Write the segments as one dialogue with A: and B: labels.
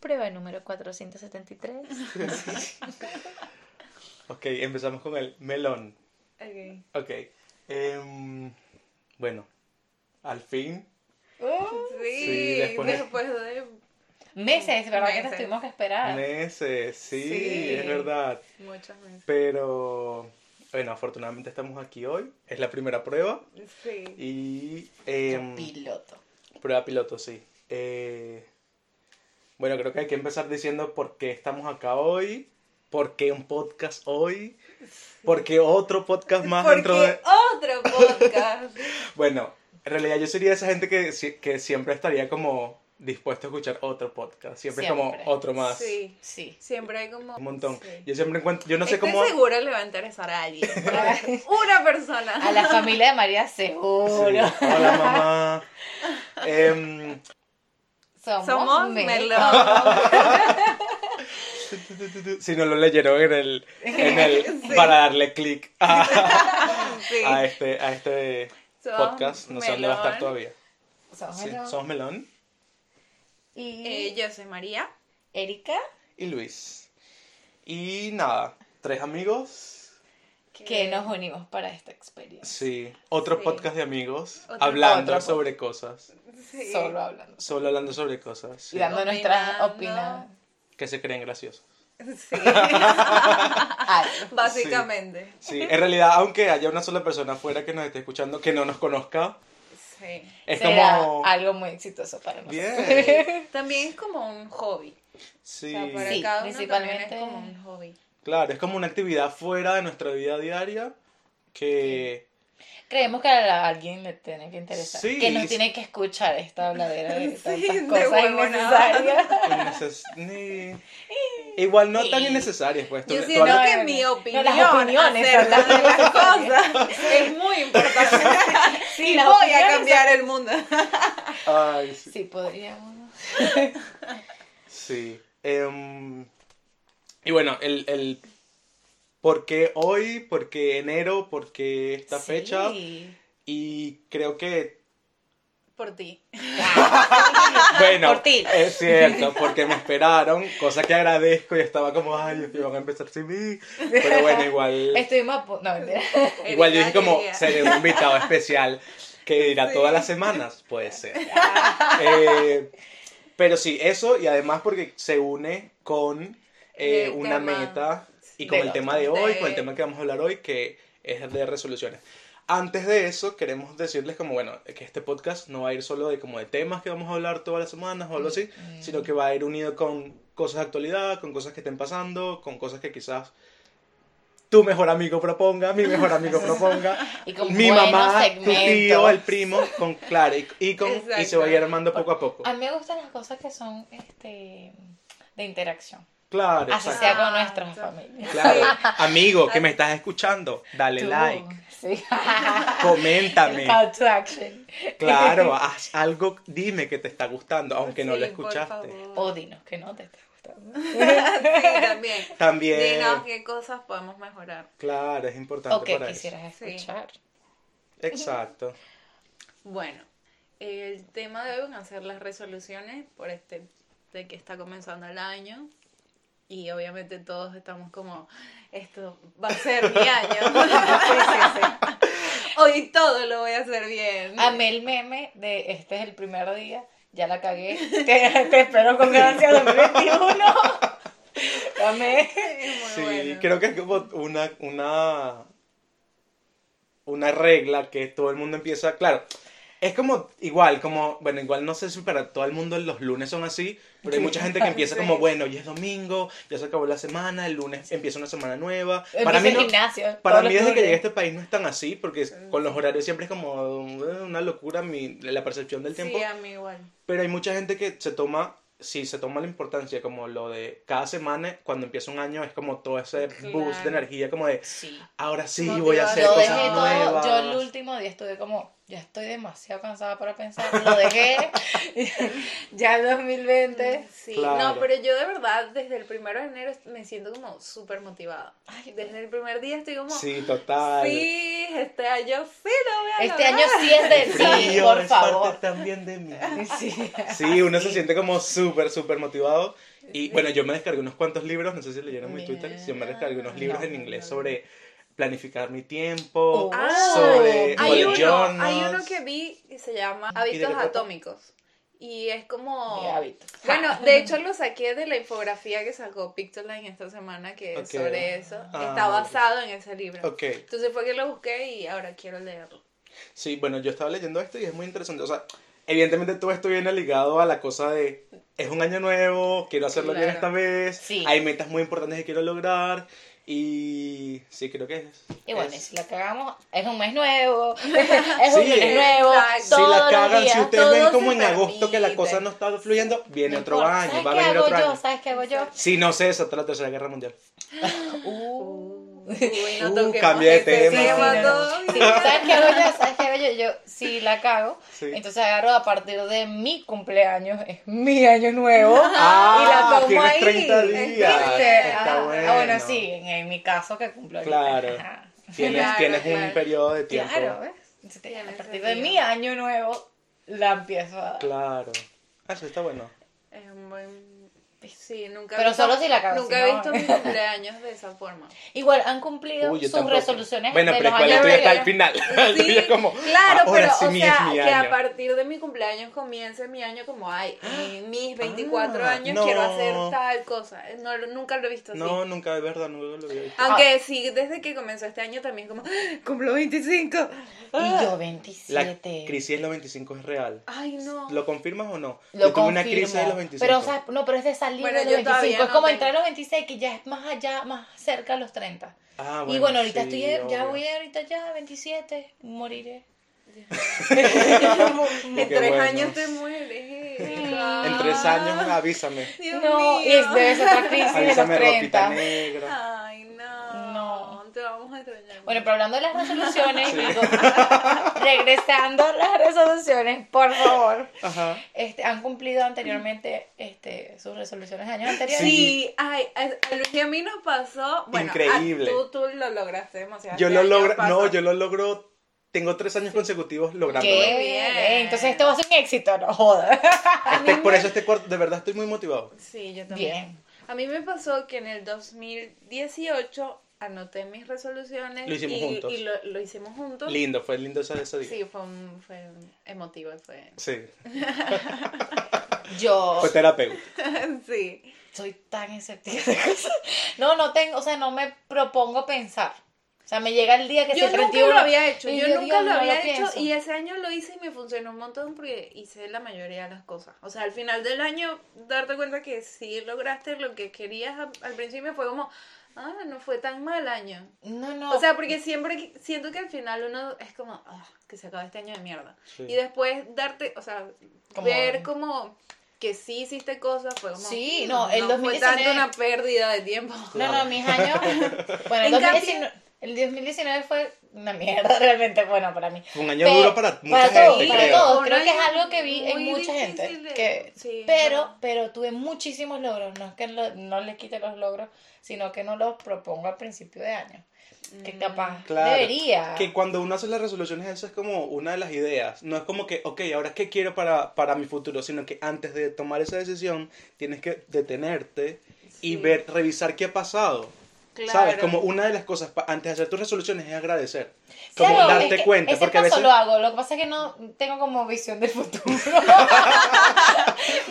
A: Prueba número 473.
B: Ok, empezamos con el melón.
C: Ok.
B: Ok. em, bueno, al fin.
A: Uh,
C: sí,
B: Sí, después de-
C: después de
A: Meses, ¿verdad? Que nos
C: Meses.
A: tuvimos que esperar.
B: Meses, sí,
C: Ah. Sí.
B: es verdad.
C: muchas veces.
B: Pero, bueno, afortunadamente estamos aquí hoy. Es la primera prueba.
C: Sí.
B: Y...
A: Qué
B: em,
A: piloto.
B: Prueba piloto, sí. Eh, bueno, creo que hay que empezar diciendo por qué estamos acá hoy, por qué un podcast hoy, por qué otro podcast más
C: Porque
B: dentro de...
C: otro podcast.
B: Bueno, en realidad yo sería esa gente que, si- que siempre estaría como dispuesto a escuchar otro podcast, siempre, es
A: Siempre.
B: como otro más.
C: Sí.
A: Sí.
C: Siempre hay como
B: Un montón.
C: Sí.
B: Yo siempre encuentro, yo no sé
C: Estoy
B: cómo...
C: segura le va a interesar a alguien. Una persona.
A: A la familia de María
B: Sí,
A: seguro.
B: Hola mamá. Em,
A: Somos,
C: Somos
A: Melo.
C: melón.
B: si no lo leyeron en el, en el
C: Sí.
B: para darle clic a,
C: Sí.
B: a este, a este
C: Somos
B: podcast. No sé dónde va a estar
C: melón.
B: todavía.
A: Somos
B: Sí,
A: Melo.
B: somos Melón
A: Y
C: Eh, yo soy María.
A: Erika,
B: y Luis. Y nada, tres amigos.
A: que nos unimos para esta experiencia.
B: Sí, otro
C: Sí.
B: podcast de amigos
C: Otro-
B: hablando
A: Otro
B: sobre cosas.
C: Sí.
A: Solo hablando.
B: Solo hablando sobre cosas sí,
A: Y dando nuestras
C: Opinando.
A: opiniones.
B: que se creen graciosas.
C: Sí. Ah.
A: Algo.
C: Básicamente.
B: Sí, en realidad, aunque haya una sola persona afuera que nos esté escuchando que no nos conozca,
C: Sí.
B: es
A: Será
B: como.
A: algo muy exitoso para nosotros.
B: Bien.
C: También es como un hobby. O
B: Sí,
C: sea, para
A: Sí,
C: cada uno también es
A: principalmente-
C: como un hobby.
B: claro, es como una actividad fuera de nuestra vida diaria que.
A: Creemos que a alguien le tiene que interesar.
B: Sí.
A: Que nos tiene que escuchar esta habladera de
C: Sí,
A: tantas
C: de
A: cosas
C: huevonada.
A: innecesarias.
B: Inneces- ni- Igual no tan
A: Sí.
B: innecesarias, pues. tú-
C: Yo
B: tú
C: siento
B: hablas-
A: no,
C: que
A: no,
C: mi
A: no. No,
C: opinión
A: las opiniones,
C: acerca
A: ¿verdad?
C: de las cosas es muy importante.
A: Sí,
C: Y
A: las
C: voy a
A: opiniones
C: cambiar el mundo.
B: Ay, sí.
A: son- Sí, podríamos.
B: Sí. em, y bueno, el, el por qué hoy, por qué enero, por qué esta
A: Sí.
B: fecha. Y creo que.
C: Por ti.
B: Bueno,
A: Por ti.
B: es cierto, porque me esperaron, cosa que agradezco y estaba como, ay, Dios mío, van a empezar sin mí. Pero bueno, igual.
A: Estuvimos a pu- No, mentira.
B: Igual yo dije
C: Erika
B: como,
C: quería.
B: seré un invitado especial que dirá todas las semanas. Puede ser. Eh, pero sí, eso y además porque se une con eh,
C: El
B: una
C: tema,
B: meta y
A: sí,
B: con
A: del
B: el tema de
C: otro.
B: hoy,
C: De-
B: con el tema que vamos a hablar hoy, que es de resoluciones. Antes de eso, queremos decirles como, bueno, que este podcast no va a ir solo de como de temas que vamos a hablar todas las semanas o algo así,
A: Mm.
B: sino que va a ir unido con cosas de actualidad, con cosas que estén pasando, con cosas que quizás tu mejor amigo proponga, mi mejor amigo proponga,
A: Y con
B: mi
A: buenos
B: mamá, tu tío,
A: segmentos.
B: el primo, con claro, y, y con, y se va a ir
C: Exacto.
B: armando poco a poco.
A: A mí me gustan las cosas que son este, de interacción.
B: Claro,
A: Así
B: exacto.
A: sea con nuestras
C: Exacto.
A: familias.
B: Claro, amigo que me estás escuchando, dale
A: Tú.
B: like,
A: Sí.
B: coméntame.
A: Call to action.
B: Claro, haz algo, dime que te está gustando, aunque no
C: Sí,
B: lo
C: por
B: escuchaste.
C: favor.
A: O dinos que no te está gustando.
C: Ah, Sí, también.
B: También,
C: Dinos qué cosas podemos mejorar.
B: claro, es importante
A: O que
B: para
A: quisieras
C: Sí.
A: escuchar.
B: eso. Exacto.
C: Bueno, el tema de hoy van a ser las resoluciones por este de que está comenzando el año y obviamente todos estamos como esto va a ser mi año. Hoy todo lo voy a hacer bien.
A: Amé el meme de este es el primer día, ya la cagué, te, te espero con gracia 2021. Lo Amé.
C: Es muy
B: Sí,
C: bueno.
B: creo que es como una, una, una regla que todo el mundo empieza, claro, es como igual, como, bueno, igual no sé si para todo el mundo los lunes son así, pero hay mucha gente que empieza como, bueno, ya es domingo, ya se acabó la semana, el lunes empieza una semana nueva. Para
A: Empecé
B: mí,
A: el
B: no-
A: gimnasio.
B: para
A: todos
B: mí
A: los
B: desde que llegué a
A: lunes.
B: este país no es tan así, porque es- con los horarios siempre es como eh, una locura mi, la percepción del tiempo.
C: Sí, a mí igual.
B: Pero hay mucha gente que se toma, sí, se toma la importancia, como lo de cada semana, cuando empieza un año, es como todo ese boost de
C: Claro.
B: energía, como de,
A: Sí.
B: ahora sí
C: Motivado.
B: voy a hacer
A: Yo
B: cosas
A: dejé todo,
B: nuevas.
A: yo el último día estuve como, ya estoy demasiado cansada para pensar, lo dejé, ya el 2020.
C: Sí,
B: Claro.
C: no, pero yo de verdad desde el primero de enero me siento como súper motivada.
A: Ay,
C: Desde el primer día estoy como, sí,
B: Sí, total.
C: este año sí lo voy a
A: Este
C: lograr.
A: año sí es de
B: El
A: sí,
B: frío
A: por
B: es
A: favor.
B: parte también de mí.
A: Sí.
B: Sí, uno se siente como súper, súper motivado. Y bueno, yo me descargué unos cuantos libros, no sé si leyeron mi Twitter, yo me descargué unos libros
A: No,
B: en
A: no,
B: inglés
A: no.
B: sobre planificar mi tiempo.
A: Oh.
B: sobre
C: Ah. hay uno,
B: bolillones.
C: hay uno que vi que se llama Hábitos
B: Popo?
C: Atómicos. Y es como...
A: Mi hábito.
C: Bueno, de hecho lo saqué de la infografía que sacó Pictoline esta semana, que
B: Ok.
C: es sobre eso.
B: Ah.
C: Está basado en ese libro.
A: Oh.
B: Ok,
C: Entonces fue que lo busqué y ahora quiero leerlo.
B: sí, bueno, yo estaba leyendo esto y es muy interesante. O sea, evidentemente todo esto viene ligado a la cosa de es un año nuevo, quiero hacerlo bien
C: Claro.
B: esta vez,
A: Sí.
B: hay metas muy importantes que quiero lograr y sí, creo que es.
A: Y bueno, y
B: es-
A: si la cagamos, es un mes nuevo, es un
B: Sí.
A: mes nuevo,
C: Exacto.
B: Si la
A: todos los
B: cagan,
A: días.
B: si ustedes ven
C: todo
B: como
C: se
B: en agosto que la
C: permite.
B: cosa no está fluyendo, viene
A: No
B: otro
A: importa.
B: año,
A: ¿Sabes
B: va a
A: qué
B: venir
A: hago
B: otro
A: yo?
B: año.
A: ¿Sabes qué hago yo?
B: Si no se desata la tercera guerra mundial.
A: Uh.
C: Uy, no
B: Uh,
C: toquemos
B: cambié de
C: ese
B: tema. Sí,
A: no, no.
C: todavía.
A: Sí, ¿Sabes qué hago yo? ¿Sabes qué hago yo? Yo, si la cago,
B: Sí.
A: entonces agarro a partir de mi cumpleaños, es mi año nuevo,
B: Ah,
A: y la tomo
B: tienes
A: ahí.
B: 30 días.
A: ¿Entendiste?
B: Está
A: Ajá.
B: bueno.
A: Ah, bueno, sí, en, en mi caso que cumplo ahorita.
B: Claro.
A: Ajá.
B: Tienes,
C: Claro,
B: tienes un
C: claro.
B: periodo de tiempo.
A: Claro, ¿ves? Entonces,
C: Tiene
A: a partir de
C: sentido.
A: mi año nuevo, la empiezo a dar.
B: Claro. Ah, Eso está bueno.
C: Es un buen... Sí, nunca he
A: Pero
C: visto-
A: solo si la cago,
C: Nunca
A: si
C: he
A: no-
C: visto mi cumpleaños de esa forma.
A: Igual han cumplido
B: Uy, yo
A: sus
B: tampoco.
A: resoluciones
B: Bueno,
A: de
B: pero
A: los
B: igual el
A: años
B: tuyo está al
A: anteriores.
B: final. El tuyo es como. "Ah,
C: Claro,
B: ahora
C: pero
B: sí
C: o
B: mi-
C: sea,
B: es mi
C: que a
B: año.
C: partir de mi cumpleaños comience mi año como, ay, en mis 24
B: Ah,
C: años
B: no.
C: quiero hacer tal cosa. Eh, No, lo- nunca lo he visto así.
B: No, Ah. nunca, es verdad, nunca lo había visto.
C: Aunque sí, desde que comenzó este año también como, ¡ah! cumplo 25.
A: Y yo
B: La
A: 27.
B: crisis de los 25 es real.
C: Ay, no.
B: ¿Lo confirmas o no?
A: Ah, Lo
B: yo tuve
A: confirmo.
B: una crisis de los 25.
A: Pero, o sea, no, pero es de salir
C: Bueno,
A: de los
C: yo todavía
A: 25. es
C: no
A: como
C: tengo.
A: entrar a los 26, que ya es más allá, más cerca a los 30.
B: Ah,
A: y bueno, ahorita estoy,
B: sí,
A: ya- ya
B: obvio.
A: voy ahorita ya, 27, moriré.
C: en
B: qué
C: tres
B: bueno.
C: años te mueres.
B: En tres años, avísame.
C: Dios
A: no,
C: mío.
A: y es debe ser otra crisis de Ah. los Ah.
B: Avísame, ropita
A: 30.
B: negra.
C: Ay, no.
A: No.
C: Te vamos a extrañar.
A: Bueno, pero hablando de las resoluciones, digo, regresando a las resoluciones, por favor.
B: Ajá.
A: Este, han cumplido anteriormente este, sus resoluciones de años anteriores.
C: Sí, ay, a, a Luz y a mí nos pasó. Bueno, a-
B: Increíble.
C: tú, tú lo lograste demasiado.
B: Yo
C: este
B: lo
C: año
B: logro.
C: pasó.
B: No, yo lo logro. Tengo tres años consecutivos lográndolo.
A: Qué
C: bien.
A: bien. Entonces esto va a ser un éxito, no jodas.
B: Este- por eso este cuarto, de verdad estoy muy motivado.
C: Sí, yo también.
A: Bien.
C: A mí me pasó que en el 2018 anoté mis resoluciones.
B: Lo hicimos
C: y,
B: juntos.
C: Y lo, lo hicimos juntos.
B: Lindo, fue lindo ese, ese día.
C: Sí, fue, un- fue un- emotivo. Fue...
B: Sí,
A: Yo
B: fue terapeuta.
C: sí.
A: soy tan escéptica de cosas. No, no tengo, o sea, no me propongo pensar. O sea, me llega el día que si
C: Yo
A: el
C: nunca
A: 31,
C: lo había hecho,
A: y
C: yo
A: yo,
C: nunca
A: Dios,
C: lo
A: no lo
C: había hecho
A: pienso.
C: y ese año lo hice y me funcionó un montón porque hice la mayoría de las cosas. O sea, al final del año darte cuenta que sí lograste lo que querías a- al principio fue como, ah, no fue tan mal año.
A: No, no.
C: O sea, porque siempre que- siento que al final uno es como, ah, que se acaba este año de mierda.
B: Sí.
C: Y después darte, o sea,
A: Como-
C: ver como que sí hiciste cosas fue como,
A: Sí,
C: "Mm,
A: no, el
C: fue
A: 2019
C: tanto una pérdida de tiempo.
A: no, no, mis años. Bueno, el
C: En cambio-
A: 2019, el 2019 fue una mierda realmente, bueno, para mí.
B: Fue un año
A: Pe-
B: duro para mucha
A: todos,
B: gente,
A: para
B: creo.
A: todos.
C: Un
A: Creo que es
C: año
A: algo que vi en
C: muy
A: mucha
C: difícil
A: gente.
C: de-
A: que-
C: sí,
A: pero,
C: ¿verdad?
A: pero tuve muchísimos logros. No es que lo- no les quite los logros, sino que no los propongo al principio de año.
C: Mm.
A: Que capaz
B: Claro.
A: debería.
B: Que cuando uno hace las resoluciones, eso es como una de las ideas. No es como que, ok, ahora qué quiero para, para mi futuro, sino que antes de tomar esa decisión, tienes que detenerte y
C: Mm, Sí.
B: ver, revisar qué ha pasado.
C: Claro.
B: ¿Sabes? Como una de las cosas, pa- antes de hacer tus resoluciones, es agradecer. Como
A: Claro, es
B: darte
A: que
B: cuenta.
A: ese
B: porque a
A: paso
B: veces.
A: lo hago. Lo que pasa es que no tengo como visión del futuro.
C: Me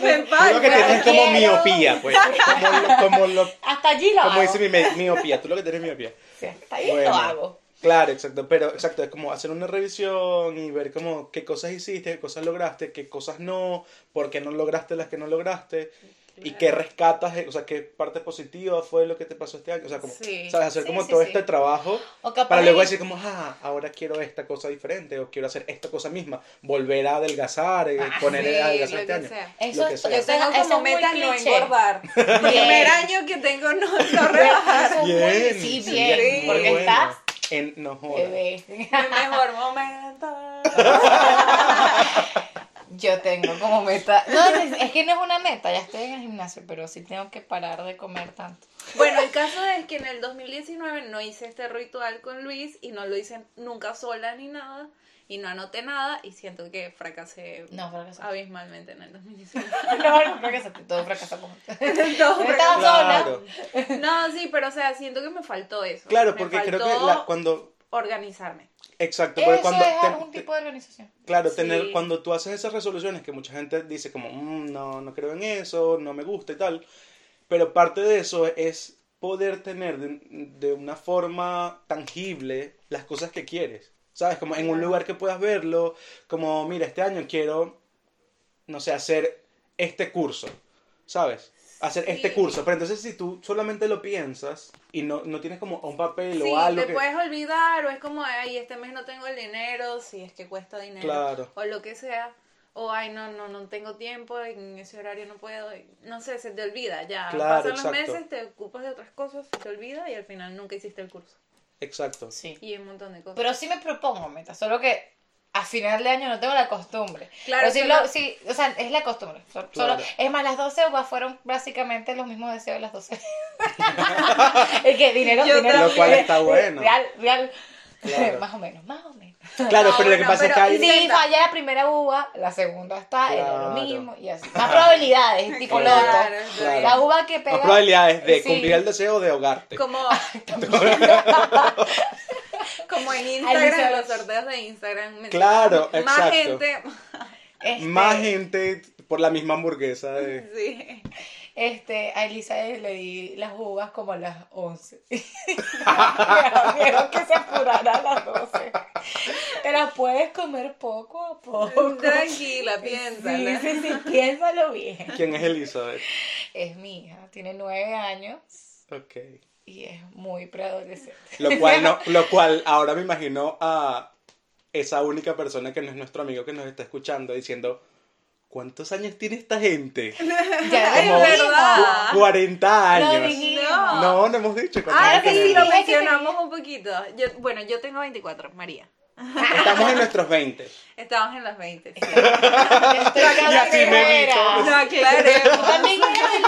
B: Creo que
C: falta.
B: tienes como
A: quiero.
B: miopía, pues. Como lo- como lo-
A: Hasta allí lo
B: como
A: hago.
B: dice mi me- miopía. Tú lo que tienes es miopía.
A: Sí, hasta ahí
B: Bueno,
A: lo hago.
B: Claro, exacto, pero exacto, es como hacer una revisión y ver como qué cosas hiciste, qué cosas lograste, qué cosas no, por qué no lograste las que no lograste y qué rescatas, eh, o sea, qué parte positiva fue lo que te pasó este año, o sea, como
C: Sí.
B: sabes hacer
A: Sí,
B: como
A: sí,
B: todo
A: sí.
B: este trabajo
A: O capaz
B: para luego
A: de-
B: decir como, ah, ahora quiero esta cosa diferente o quiero hacer esta cosa misma, volver a adelgazar,
A: Ah,
B: eh, poner
C: sí,
B: a adelgazar
C: lo
B: este
C: que
B: año.
C: sea.
A: Eso
B: lo que
A: es-
B: sea.
A: eso
C: Yo tengo
A: Eso es
C: como
A: muy
C: meta no
A: cliché.
C: engordar. Primer año que tengo no, no rebajar.
A: Eso es muy-
B: Bien,
A: sí,
B: sí,
A: bien.
C: bien,
B: muy
A: porque
B: bueno.
A: estás
B: en no jodas.
A: bebé.
C: Mi mejor momento.
A: Yo tengo como meta. No, es, es que no es una meta, ya estoy en el gimnasio, pero sí tengo que parar de comer tanto.
C: Bueno, el caso es que en el 2019 no hice este ritual con Luis y no lo hice nunca sola ni nada y no anoté nada y siento que fracasé
A: No, fracasó.
C: abismalmente en el 2019.
A: No, no fracasaste, todo fracasamos.
C: No,
A: Estaba
C: fracasé.
B: Claro,
C: No, sí, pero o sea, siento que me faltó eso.
B: claro
C: Me
B: porque creo que
C: faltó
B: la- cuando...
C: organizarme.
B: Exacto, porque
A: Eso
B: cuando...
A: es
B: te-
A: algún
B: te-
A: tipo de organización.
B: Claro,
C: Sí.
B: tener, cuando tú haces esas resoluciones que mucha gente dice como, "Mm, no, no creo en eso, no me gusta y tal, pero parte de eso es poder tener de, de una forma tangible las cosas que quieres, ¿sabes? Como en un
C: Claro.
B: lugar que puedas verlo, como, mira, este año quiero, no sé, hacer este curso, ¿sabes? Hacer este
C: Sí.
B: curso, pero entonces si tú solamente lo piensas y no, no tienes como un papel
C: sí,
B: o algo
C: te
B: que...
C: puedes olvidar o es como, ay, este mes no tengo el dinero, si es que cuesta dinero
B: Claro.
C: o lo que sea. O, ay, no, no, no tengo tiempo, en ese horario no puedo. y No sé, se te olvida ya.
B: Claro,
C: Pasan los
B: exacto.
C: meses, te ocupas de otras cosas, se te olvida y al final nunca hiciste el curso.
B: Exacto.
A: Sí.
C: Y un montón de cosas.
A: Pero sí me propongo metas, solo que a final de año no tengo la costumbre.
C: Claro,
A: Pero sí,
C: solo-
A: lo- sí, o sea, es la costumbre. so- solo-
B: Claro.
A: es más, las 12 uvas fueron básicamente los mismos deseos de las 12. es que dinero,
C: Yo
A: dinero.
C: también.
B: Lo cual está bueno.
A: Real, real.
B: Claro.
A: más o menos, más o menos.
B: Claro,
C: No,
B: pero lo que
C: bueno,
B: pasa es que
C: pero
B: hay...
C: sí,
A: Si
C: Intenta.
A: falla la primera uva, la segunda está, era lo
B: Claro.
A: mismo y así. Más probabilidades, tipo
B: Claro,
A: loto.
B: claro.
A: La uva que pega.
B: Las probabilidades de
A: Sí.
B: cumplir el deseo de ahogarte.
C: Como, como en
A: Ay,
C: Instagram,
A: Luisa.
C: los sorteos de Instagram. me-
B: Claro,
C: Más
B: exacto.
C: gente.
A: Este,
B: Más gente por la misma hamburguesa de...
C: Sí.
A: Este, a Elisa le di las uvas como a las 11. Me da miedo que se apurara a las 12. Te las puedes comer poco a poco.
C: Tranquila,
A: Sí,
C: piénsala.
A: sí, sí, piénsalo bien.
B: ¿Quién es Elizabeth?
A: Es mi hija, tiene nueve años
B: Ok.
A: y es muy preadolescente.
B: Lo cual, no, lo cual ahora me imagino a esa única persona que no es nuestro amigo que nos está escuchando diciendo, ¿cuántos años tiene esta gente?
A: Ya
C: Ay,
A: lo
B: es
A: dijimos.
C: verdad.
B: 40
A: Lo
B: años.
A: dijimos.
C: No.
B: No, no hemos dicho. cuántos
C: Ah,
B: años
C: sí,
A: que
B: tenemos.
A: sí,
C: lo
A: dije que
C: mencionamos un poquito. Yo, bueno, yo tengo 24, María.
B: Estamos en nuestros 20.
C: Estamos en los 20. sí.
A: Ya estoy cada
B: Y así me
A: carrera.
B: evito.
C: No,
A: Tú
C: claro.
A: también eres del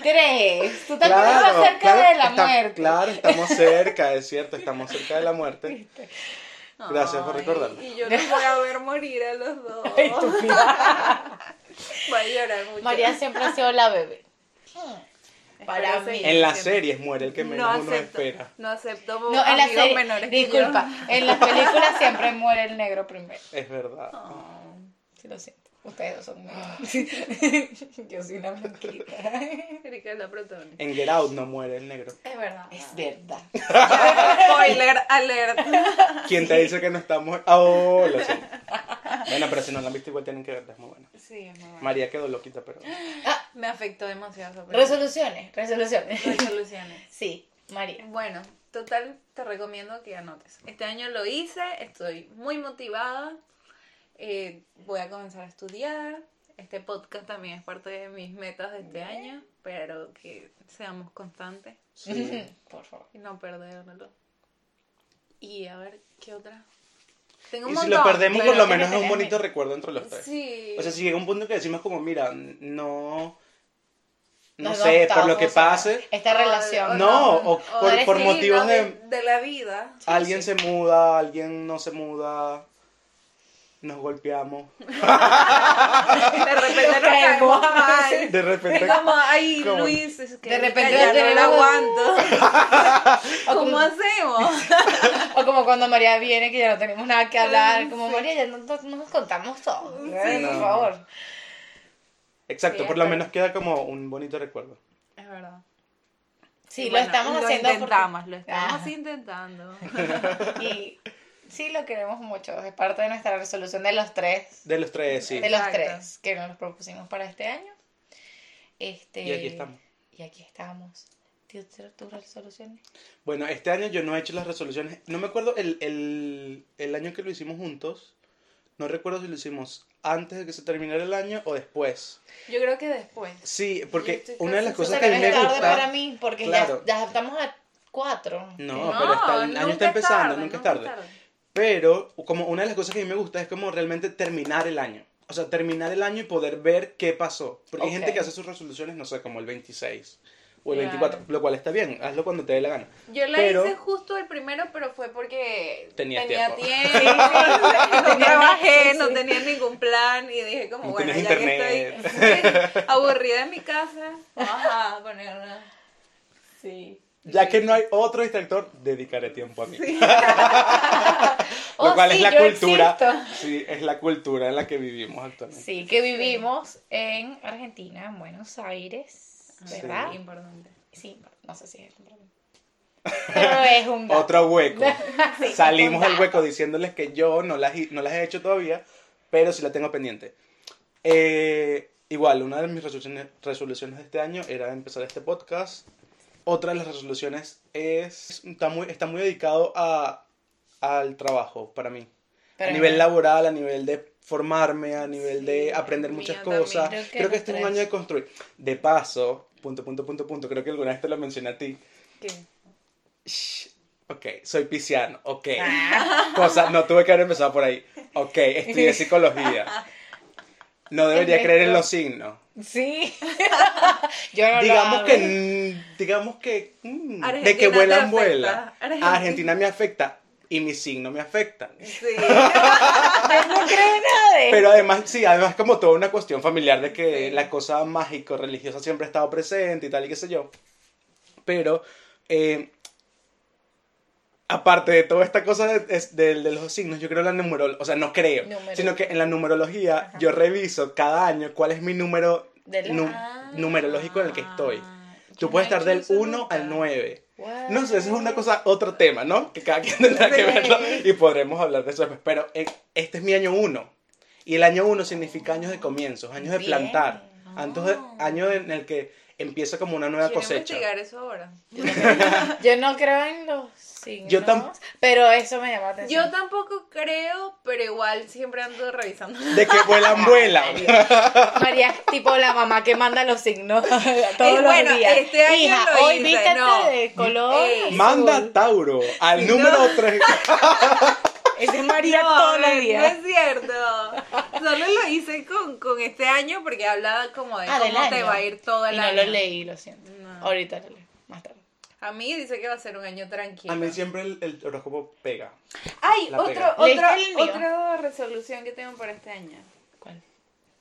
A: 93. Tú también estás cerca de la
B: está-
A: muerte.
B: Claro, estamos cerca, es cierto, estamos cerca de la muerte. Gracias por
C: Ay,
B: recordarme.
C: Y yo los voy a ver morir a los dos.
A: Ay, estúpida.
C: Voy a llorar mucho.
A: María siempre ha sido la bebé.
C: Espero
A: para mí.
C: seguir
B: En las
C: siendo.
B: series muere el que menos
C: no
B: uno
C: acepto,
B: espera.
C: No acepto
A: No, en la
C: amigos
A: serie,
C: menores que
A: disculpa,
C: yo.
A: en las películas siempre muere el negro primero.
B: Es verdad.
C: Oh.
A: Sí, lo siento. Ustedes dos son negros. Yo soy una blanquita.
C: Erika es la protagonista.
B: En Get Out no muere el negro.
C: Es verdad.
A: Es verdad.
C: Spoiler alert.
A: Ah,
B: ¿Quién te dice que no estamos? Oh, lo sé. Bueno, pero si no la han visto igual tienen que verla, es muy buena.
C: Sí, es muy bueno.
B: María quedó loquita, pero...
C: Me afectó demasiado. esa película.
A: Resoluciones, resoluciones.
C: Resoluciones.
A: Sí, María.
C: Bueno, total, te recomiendo que anotes. Este año lo hice, estoy muy motivada. eh, voy a comenzar a estudiar. Este podcast también es parte de mis metas de este año, pero que seamos constantes
B: Sí.
A: Por favor.
C: y no perderlo. Y a ver, ¿qué otra? Tengo
B: Y si lo
C: montón,
B: perdemos,
C: pero
B: por lo
A: tiene
B: menos es un
A: que tener-
B: bonito recuerdo entre los tres.
C: Sí.
B: O sea, si llega un punto que decimos como, mira, no... No
A: Nos
B: sé, por lo
A: adoptamos
B: que
A: a
B: pase,
A: Esta
C: O-
A: relación.
C: o
B: No, o por-
C: de
B: por
C: sí,
B: motivos
C: no,
B: de-
C: de la vida.
B: alguien se muda, alguien no se muda, nos golpeamos.
C: De repente nos
A: Caemos.
C: caemos mal.
B: De repente...
C: Como, ay,
B: ¿Cómo?
C: Luis, es que
A: De repente
C: ya no lo
A: tenemos-
C: aguanto.
A: O
C: ¿Cómo
A: como,
C: hacemos?
A: o como cuando María viene que ya no tenemos nada que hablar. Como María, ya no, no- no nos contamos todo. Ay, Por
B: No.
A: favor.
B: Exacto,
C: Sí,
B: por lo
C: pero-
B: menos queda como un bonito recuerdo.
C: Es verdad.
A: Sí, lo estamos haciendo.
C: Lo
A: porque-
C: intentamos, lo Ah. estamos
A: Ajá.
C: intentando.
A: Y sí lo queremos mucho, es parte de nuestra resolución de los tres,
B: De los tres, sí.
A: de los
C: Exacto.
A: tres que nos propusimos para este año. Este,
B: Y aquí estamos.
A: Y aquí estamos. ¿Tienes tus resoluciones?
B: Bueno, este año yo no he hecho las resoluciones. No me acuerdo el, el, el año que lo hicimos juntos. No recuerdo si lo hicimos antes de que se terminara el año o después.
C: Yo creo que después.
B: Sí,
C: Yo
B: porque
C: estoy
B: una de las
C: casi
B: cosas
A: Cosa
B: que a mí
A: no
B: me
A: es tarde para
B: gusta...
A: mí porque
B: Claro.
A: ya, ya estamos a cuatro.
B: No, pero está- el año
C: nunca
B: está
C: es
B: empezando,
C: tarde,
B: nunca es tarde. Pero como una de las cosas que a mí me gusta es como realmente terminar el año. o sea, terminar el año y poder ver qué pasó. Porque hay gente
A: Ok.
B: que hace sus resoluciones, no sé, como el 26 o el
C: Claro.
B: 24, lo cual está bien, hazlo cuando te dé la gana.
C: Yo la
B: Pero-
C: hice justo el primero, pero fue porque
B: Tenía tiempo.
C: tiempo, no trabajé, no
A: Sí.
C: tenía ningún plan y dije como,
B: No
C: bueno, ya
B: tenías
C: que estoy aburrida en mi casa, vamos a poner una...
A: Sí.
B: Ya que no hay otro distractor, dedicaré tiempo a mí.
A: Oh,
B: Lo cual
A: sí,
B: es la
A: yo
B: cultura.
A: existo.
B: Sí, es la cultura en la que vivimos actualmente.
A: Sí, que vivimos en Argentina, en Buenos Aires,
B: Sí.
A: ¿verdad?
C: Importante.
A: Sí, no sé si es el nombre. Pero es un dato.
B: Otro hueco.
A: Sí,
B: Salimos
A: otro
B: del
A: dato.
B: hueco diciéndoles que yo no las, hi- no las he hecho todavía, pero sí la tengo pendiente. Eh, igual, una de mis resoluciones, resoluciones de este año era empezar este podcast. Otra de las resoluciones es, está muy, está muy dedicado a, al trabajo para mí.
A: Pero
B: a nivel
A: no.
B: laboral, a nivel de formarme, a nivel
C: Sí,
B: de aprender
C: el
B: muchas
C: mío
B: cosas.
A: también. Creo que
B: Creo que
A: los
B: este es un
A: tres.
B: año de construir. De paso, punto, punto, punto, punto, creo que alguna vez te lo mencioné a ti.
C: ¿Qué?
B: Shh, Ok, soy pisciano, ok.
A: Ah,
B: Cosa, no tuve que haber empezado por ahí. Ok, estudié psicología. No debería
A: En
B: creer en
A: esto.
B: los signos.
A: sí. Yo no lo
B: Digamos
A: hago.
B: que, mm, digamos que, mm, de
C: Argentina
B: que
C: te
B: vuelan,
C: afecta.
B: vuela.
C: Argentina.
B: Argentina. me afecta y mi signo me afecta.
C: Sí.
A: Ustedes no creen nada de
B: Pero además, sí, además como toda una cuestión familiar de que
C: Sí.
B: la cosa mágico-religiosa siempre ha estado presente y tal y qué sé yo. Pero, eh, aparte de toda esta cosa de, es- de- de los signos, yo creo en la numerología, o sea, no creo,
A: Numerología.
B: sino que en la numerología yo reviso cada año cuál es mi número
A: De la-
B: nu-
C: Ah.
B: numerología en el que estoy.
C: Yo
B: Tú
C: no
B: puedes
C: he
B: estar
C: hecho
B: del
C: eso
B: 1 al
C: nunca.
B: 9.
A: What?
B: No sé, eso es una cosa, otro tema, ¿no? Que cada quien tendrá que
A: Sí.
B: verlo y podremos hablar de eso después. Pero eh, este es mi año uno. Y el año uno significa años de comienzos, años de
A: Bien.
B: plantar. Antes de-
C: Ah.
B: año en el que empieza como una nueva
C: Quiero
B: cosecha.
C: investigar eso ahora.
A: Yo no creo en los signos.
B: Yo tam-
A: Pero eso me llama la atención.
C: Yo tampoco creo, pero igual siempre ando revisando.
B: De que vuelan,
A: Ah,
B: vuelan.
A: María, María es tipo la mamá que manda los signos todos
C: Y bueno,
A: los días.
C: este año
A: Hija,
C: lo
A: hoy
C: hice,
A: vístete
C: no.
A: de color.
C: Ey.
A: azul.
B: Manda Tauro al
C: Sí,
B: número
C: no.
B: 3.
A: Ese es María
C: No,
A: todos los
C: no
A: días.
C: es cierto. Solo lo hice con, con este año porque hablaba como de
A: Ah, del
C: cómo te
A: año.
C: va a ir todo el
A: Y no
C: año.
A: lo leí, lo siento.
C: No.
A: Ahorita lo leo, más tarde.
C: A mí dice que va a ser un año tranquilo.
B: A mí siempre el, el horóscopo pega.
C: Ay,
B: La
C: otro,
B: pega.
C: otro,
A: ¿Leíste el mío?
C: otra resolución que tengo para este año.
A: ¿Cuál?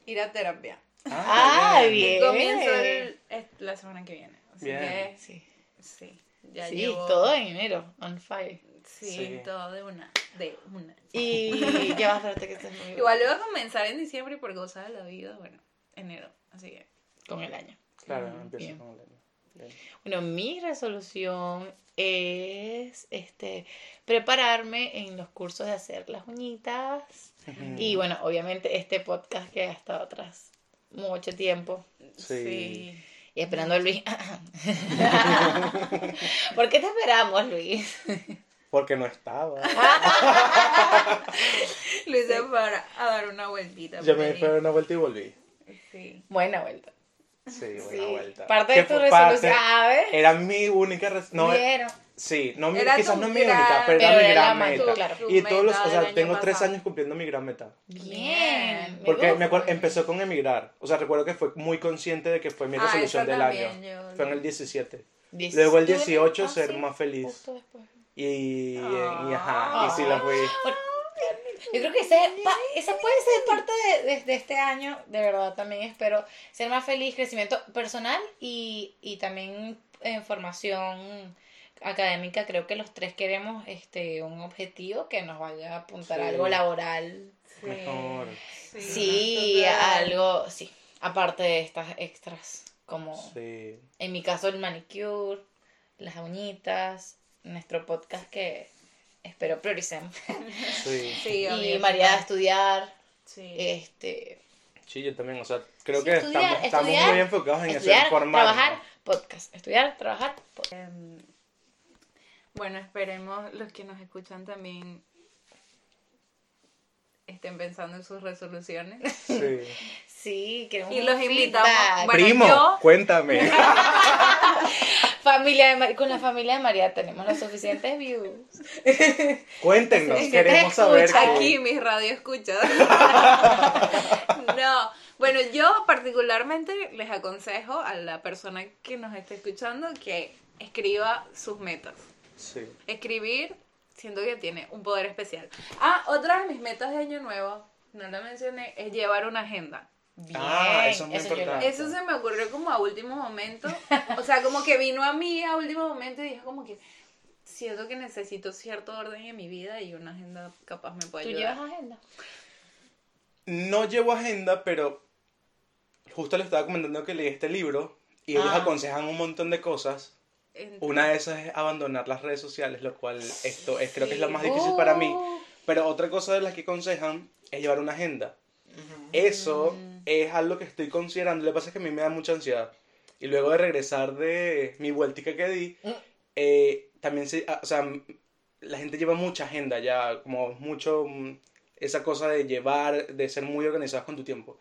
C: Ir a terapia.
A: Ah, bien.
C: Comienzo el- es- la semana que viene. Así
B: Bien.
C: que
A: Sí,
C: sí, ya
A: sí
C: llevo-
A: todo en enero, on fire.
C: Sí,
B: Sí.
C: todo de una, de una.
A: Y ya vas a verte que estés muy bien
C: Igual lo voy a comenzar en diciembre y por gozar de la vida, bueno, enero. Así que
A: con el año.
B: Claro,
A: Mm,
B: empieza
A: bien.
B: con el año. Bien.
A: Bueno, mi resolución es este prepararme en los cursos de hacer las uñitas. Y bueno, obviamente este podcast que ha estado atrás mucho tiempo.
B: Sí.
A: Y esperando a Luis. ¿Por qué te esperamos, Luis?
B: Porque no estaba.
A: Ah,
C: Luis se para a dar una vueltita.
B: Yo
C: por
B: me
C: ahí.
B: fui a dar una vuelta y volví.
C: Sí.
A: Buena vuelta.
B: Sí, buena
A: Sí,
B: vuelta.
A: Parte de
B: Que
A: tu
B: fue parte-
A: resolución. Ah. ¿Sabes?
B: Era mi única res- no eh,
A: Vieron.
B: Sí, no mi-
C: Era
B: quizás
C: tu
B: no mi
C: gran-
B: única, pero,
A: Pero
B: era mi
A: era
B: gran
A: la más-
B: meta.
A: tu- claro.
C: tu
B: Y todos los,
C: meta
B: o sea,
C: del año
B: tengo tres
C: pasado.
B: años cumpliendo mi gran meta.
A: Bien. me
B: Porque
A: gusta.
B: me acuer- empezó con emigrar. O sea, recuerdo que fue muy consciente de que fue mi
C: Ah,
B: resolución
C: esa
B: del
C: también,
B: año.
C: yo-
B: Fue en el 17.
A: Diez-
B: Luego el
A: Tú eres-
B: 18
A: ah,
B: ser
A: sí,
B: más feliz.
A: justo después.
B: Y, eh, y
A: Ah.
B: ajá, y sí la fui.
A: Bueno, yo creo que esa, es pa- esa puede ser parte de, de- de este año, de verdad también espero ser más feliz, crecimiento personal y, y también en formación académica. Creo que los tres queremos este un objetivo que nos vaya a apuntar a
B: Sí.
A: algo laboral.
C: Sí.
B: Mejor.
A: Sí, a
C: total.
A: algo, sí, aparte de estas extras, como
B: Sí.
A: en mi caso el manicure, las uñitas, nuestro podcast que espero prioricemos.
B: Sí.
C: Sí,
A: Y
C: obvio,
A: María a
C: total.
A: estudiar,
C: Sí.
A: este,
B: Sí, yo también. O sea, creo
A: Sí,
B: que
A: estudiar,
B: estamos, estamos
A: estudiar,
B: muy enfocados en
A: estudiar,
B: hacer formal.
A: trabajar, podcast, estudiar, trabajar, podcast.
C: Bueno, esperemos los que nos escuchan también estén pensando en sus resoluciones.
B: Sí.
A: Sí, queremos
C: Y
A: un
C: los invitamos.
A: feedback.
C: Bueno,
B: Primo,
C: yo-
B: cuéntame.
A: familia de Mar- con la familia de María tenemos los suficientes views.
B: Cuéntenos,
C: Es que te
B: queremos saber.
C: escucha
B: qué-
C: aquí, mis radio escucha. no, bueno, yo particularmente les aconsejo a la persona que nos esté escuchando que escriba sus metas.
B: Sí.
C: Escribir, siento que tiene un poder especial. Ah, otra de mis metas de año nuevo, no la mencioné, es llevar una agenda.
B: Ah,
A: Bien,
B: eso es muy
A: eso yo lo-
B: importante.
C: Eso se me ocurrió como a último momento. O sea, como que vino a mí a último momento y dije como que siento que necesito cierto orden en mi vida y una agenda capaz me
A: ¿Tú
C: puede
A: llevas
C: ayudar.
A: agenda?
B: No llevo agenda, pero justo le estaba comentando que leí este libro y ellos
A: Ah.
B: aconsejan un montón de cosas.
C: Entonces-
B: Una de esas es abandonar las redes sociales, lo cual esto es creo que es lo más
C: Sí.
B: difícil para mí.
A: Oh.
B: Pero otra cosa de las que aconsejan es llevar una agenda. Eso
C: Mm.
B: es algo que estoy considerando. Lo que pasa es que a mí me da mucha ansiedad. Y luego de regresar de mi vueltica que di,
A: Mm.
B: eh, también se, ah, o sea, m- la gente lleva mucha agenda ya, como mucho mm, esa cosa de llevar, de ser muy organizados con tu tiempo.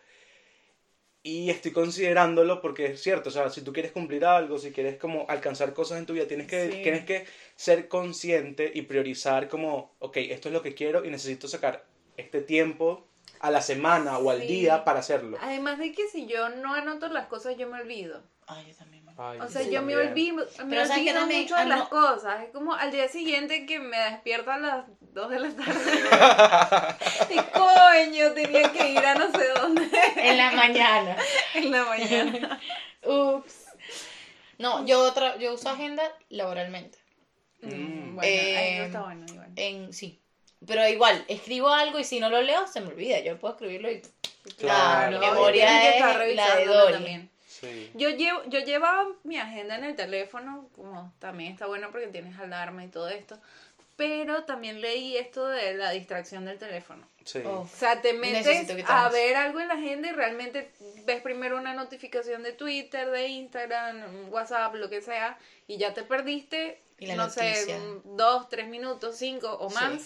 B: Y estoy considerándolo porque es cierto, o sea, si tú quieres cumplir algo, si quieres como alcanzar cosas en tu vida, tienes que,
C: Sí.
B: tienes que ser consciente y priorizar como, ok, esto es lo que quiero y necesito sacar este tiempo a la semana o al
C: Sí.
B: día para hacerlo.
C: Además de que si yo no anoto las cosas, yo me olvido.
A: Ay, Ah, yo también. me-
B: Ay,
C: Ah, O sea,
B: sí,
C: yo me
B: también.
C: olvido, me
A: Pero ¿sabes qué
C: olvido
A: también?
C: mucho de
A: Ah,
C: las
A: no.
C: cosas. Es como al día siguiente que me despierto a las 2 de la tarde. y coño, tenía que ir a no sé dónde
A: En la mañana.
C: en la mañana.
A: Ups. No, yo otra, yo uso agenda laboralmente.
B: Mm.
C: Mm, bueno, ahí
A: Eh,
C: no está bueno, igual.
A: En sí. Pero igual, escribo algo y si no lo leo, se me olvida. Yo puedo escribirlo y.
B: Claro.
A: La
B: Claro,
A: memoria
C: yo tengo que
A: es
C: estar
A: la de
C: revisándolo
A: Dolly.
C: también.
B: Sí.
C: Yo, llevo, yo llevaba mi agenda en el teléfono, como también está bueno porque tienes alarma y todo esto, pero también leí esto de la distracción del teléfono.
B: Sí.
A: Oh.
C: O sea, te metes
A: Necesito quitarnos.
C: a ver algo en la agenda y realmente ves primero una notificación de Twitter, de Instagram, WhatsApp, lo que sea, y ya te perdiste,
A: Y la
C: no
A: noticia.
C: sé, un- dos, tres minutos, cinco o
A: Sí.
C: más.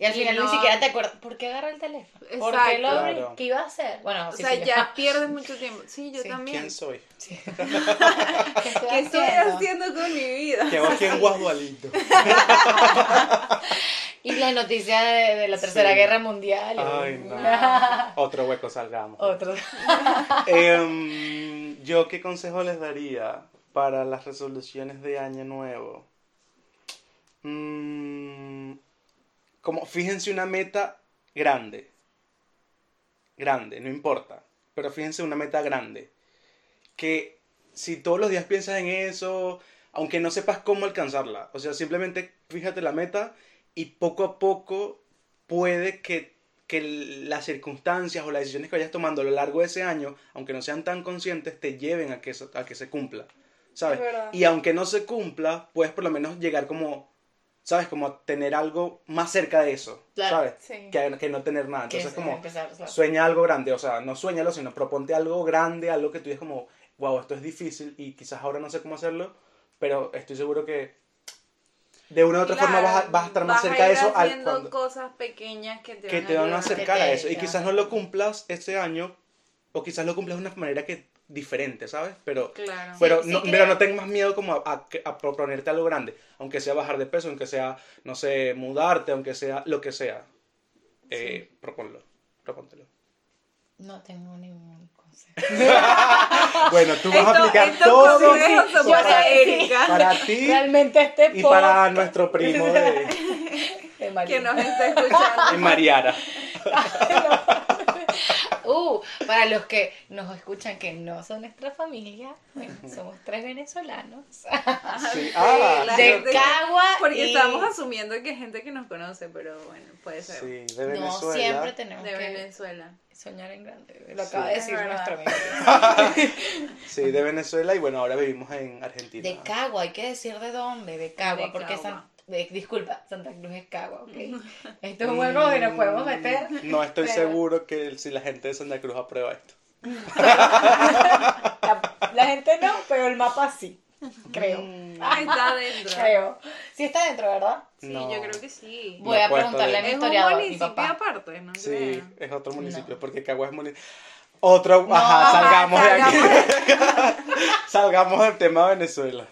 A: Y al
C: Y
A: final
C: no-
A: ni siquiera te acuerdas. ¿Por qué agarra el teléfono? ¿Por
C: Exacto.
A: qué lo abrí?
B: Claro.
A: ¿Qué iba a hacer? Bueno,
C: O
A: sí,
C: sea,
A: sí, yo-
C: ya pierdes mucho tiempo. Sí, yo
A: Sí.
C: también.
B: ¿Quién soy?
A: Sí.
C: ¿Qué estoy haciendo con mi vida?
B: ¿Qué va aquí en Guajualito?
A: Y la noticia de, de la Tercera
B: Sí.
A: Guerra Mundial.
B: Ay, no. Otro hueco salgamos.
A: Otro.
B: Em, yo qué consejo les daría para las resoluciones de año nuevo. Mm, como fíjense una meta grande. Grande, no importa. Pero fíjense una meta grande. Que si todos los días piensas en eso, aunque no sepas cómo alcanzarla. O sea, simplemente fíjate la meta y poco a poco puede que, que las circunstancias o las decisiones que vayas tomando a lo largo de ese año, aunque no sean tan conscientes, te lleven a que, eso- a que se cumpla. ¿Sabes?
C: Es verdad.
B: Y aunque no se cumpla, puedes por lo menos llegar como, ¿sabes? Como a tener algo más cerca de eso.
A: Claro,
B: ¿Sabes?
C: sí.
B: Que, que no tener nada. Entonces,
A: Que
B: como,
A: empezar, o sea,
B: sueña algo grande, o sea, no sueñalo, sino proponte algo grande, algo que tú digas como, wow, esto es difícil y quizás ahora no sé cómo hacerlo, pero estoy seguro que de una u otra forma vas a, vas a estar más cerca de eso al
C: haciendo
B: cuando-
C: cosas pequeñas que te
B: que
C: van,
B: te van a
C: ayudar.
B: acercar a eso. Y
A: te-
B: quizás no lo cumplas este año, o quizás lo cumplas de una manera que diferente, ¿sabes? Pero,
C: Claro.
B: pero,
A: sí
B: no,
A: creo-
B: pero no tengas miedo como a, a- a proponerte algo grande, aunque sea bajar de peso, aunque sea, no sé, mudarte, aunque sea lo que sea. Eh, Proponlo, propóntelo.
A: No tengo ningún consejo.
B: Bueno, tú vas a
C: Esto-
B: aplicar
C: estos
B: todo
C: consejos son
A: sí,
C: para
A: sí.
C: Erika,
B: para ti
A: Realmente este
B: y
A: podcast
B: para nuestro primo de,
A: de María.
C: que nos está escuchando.
B: de Mariara.
A: Uh, para los que nos escuchan que no son nuestra familia, bueno, somos tres venezolanos.
B: Sí,
C: Sí,
B: ah,
C: la
A: de
C: gente-
A: Cagua
C: Porque
A: y-
C: estamos asumiendo que hay gente que nos conoce, pero bueno, puede ser.
B: sí, de
A: No siempre
B: Venezuela.
A: tenemos
C: De
A: que
C: Venezuela.
A: soñar en grande. Lo
B: Sí.
A: acaba de
C: Es
A: decir
C: verdad.
A: nuestro amigo.
B: Sí, de Venezuela y bueno, ahora vivimos en Argentina.
A: De Cagua, hay que decir de dónde, de Cagua,
C: De
A: porque
C: Cagua.
A: San- de- disculpa, Santa Cruz es Cagua, ¿ok? Esto es un juego que nos podemos meter.
B: Mm, No estoy
A: pero-
B: seguro que el- si la gente de Santa Cruz aprueba esto.
A: La, la gente no, pero el mapa sí, creo.
C: Ahí está adentro.
A: Creo. Sí está dentro, ¿verdad?
C: Sí,
B: No.
C: yo creo que sí.
A: Voy
B: Me
A: a
B: acuerdo
A: preguntarle
B: de-
A: a mi
C: Es un
A: historiador, mi
C: municipio
A: papá.
C: aparte, ¿no?
B: Sí,
C: creo.
B: es otro municipio,
A: No.
B: porque Cagua es municipio. Otro, ajá,
A: ajá,
B: salgamos de aquí. salgamos del tema de Venezuela.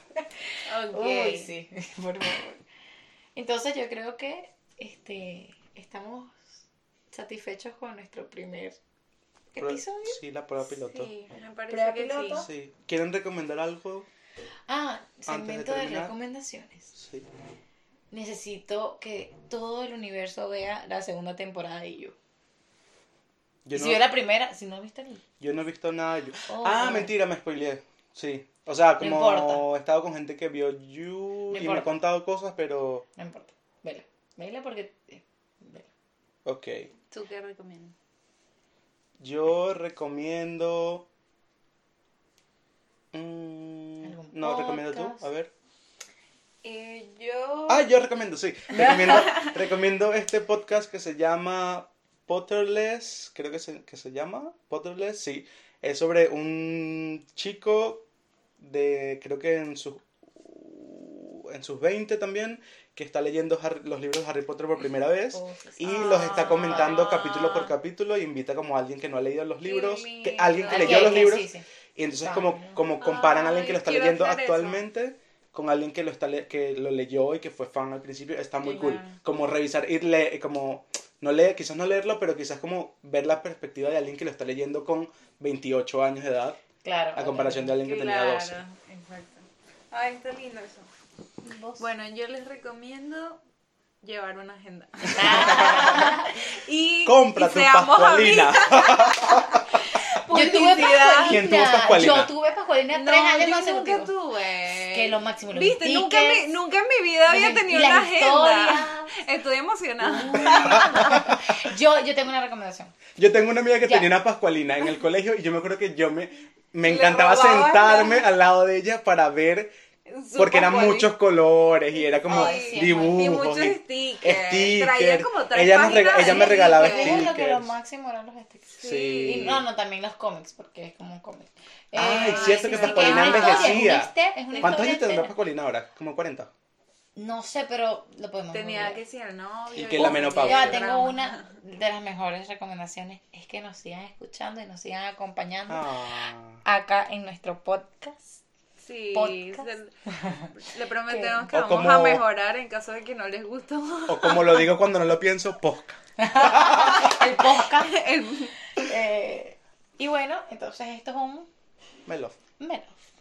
C: Ok.
A: Uy, sí, por favor. Entonces yo creo que este, estamos satisfechos con nuestro primer
B: Pro-
A: episodio.
B: Sí, la prueba piloto. Sí.
C: Sí, me parece
A: Prueba
C: que
A: piloto.
C: sí.
B: ¿Quieren recomendar algo?
A: Ah, segmento de,
B: terminar.
A: recomendaciones.
B: Sí.
A: Necesito que todo el universo vea la segunda temporada de You.
B: Yo
A: Y
B: no,
A: si vio la primera, si no viste ni.
B: yo no he visto nada. de You.
A: Oh.
B: ah, mentira, me spoileé. Sí. O sea, como
A: importa.
B: he estado con gente que vio
A: No
B: You y me
A: importa.
B: ha contado cosas, pero.
A: No importa. Vela. Vela porque. eh, vela.
B: Ok.
C: ¿Tú qué recomiendas?
B: Yo recomiendo. Mm,
A: ¿Algún
B: No, recomiendo tú.
A: podcast?
B: A ver.
C: Eh, yo...
B: Ah, yo recomiendo, sí. Recomiendo, recomiendo este podcast que se llama Potterless, creo que se, que se llama Potterless, sí. Es sobre un chico de, creo que en sus, en sus 20 también, que está leyendo Harry- los libros de Harry Potter por primera vez.
A: Oh, sí, sí.
B: Y los está comentando
C: Ah.
B: capítulo por capítulo y invita como a alguien que no ha leído los
C: Qué
B: libros, que
C: lindo.
B: alguien que
A: Ok,
B: leyó los
A: ok,
B: libros
A: sí, sí.
B: y entonces
A: Está
B: como,
A: bien.
B: como comparan a alguien que
C: Ay,
B: lo está
C: quiero
B: leyendo
C: hacer eso.
B: actualmente con alguien que lo está le- que lo leyó y que fue fan al principio, está muy cool.
C: Claro.
B: Como revisar y le- como no leer, quizás no leerlo, pero quizás como ver la perspectiva de alguien que lo está leyendo con 28 años de edad
A: Claro.
B: a comparación de alguien que tenía 12.
C: Claro, exacto. Ah, está lindo eso. Bueno, yo les recomiendo llevar una agenda. y
B: Compra
C: y
B: tu
C: seamos
B: pascualina.
A: Yo tuve pascualina.
B: ¿Quién tuvo pascualina?
A: Yo tuve pascualina
C: No,
A: tres años
C: yo nunca
A: consecutivos.
C: tuve.
A: Que lo máximo, los
C: Viste, nunca,
A: tickets.
C: me- nunca en mi vida había
A: Las-
C: tenido
A: las
C: una agenda.
A: historias.
C: Estoy emocionada.
A: Yo, yo tengo una recomendación.
B: Yo tengo una amiga que
A: Ya.
B: tenía una pascualina en el colegio y yo me acuerdo que yo me, me
C: Le
B: encantaba
C: robabas la-
B: sentarme al lado de ella para ver
C: Su
B: porque eran
C: pascualina.
B: muchos colores y era como
C: Ay, sí,
B: dibujos
C: Y muchos
B: y-
C: stickers.
B: stickers.
C: Traía como tres
B: Ella nos rega-
C: páginas de
B: ella me regalaba
A: Yo
C: stickers.
A: creo que lo
B: stickers.
A: máximo eran los stickers.
B: Sí.
A: Y no, no, también los cómics, porque es como un cómic.
B: Ay,
A: Eh,
B: Ah, cierto
A: sí,
B: que
A: sí,
B: Pascualina
A: es una historia,
B: envejecía.
A: es una hister- es una
B: ¿Cuántos años
A: historia
B: tendrá
A: entera.
B: Pascualina ahora? ¿Como 40?
A: No sé, pero lo podemos
C: Tenía
A: googlear.
C: que ser el novio.
B: Y que la menopausia.
A: Ya tengo una de las mejores recomendaciones, es que nos sigan escuchando y nos sigan acompañando
B: Ah.
A: acá en nuestro podcast.
C: Sí,
A: Podcast.
C: se- le prometemos que
B: O
C: vamos
B: como-
C: a mejorar en caso de que no les gustó.
B: O como lo digo cuando no lo pienso, posca.
A: El podcast.
C: El-
A: eh, y bueno, entonces esto es un
B: Me lo.
A: menos.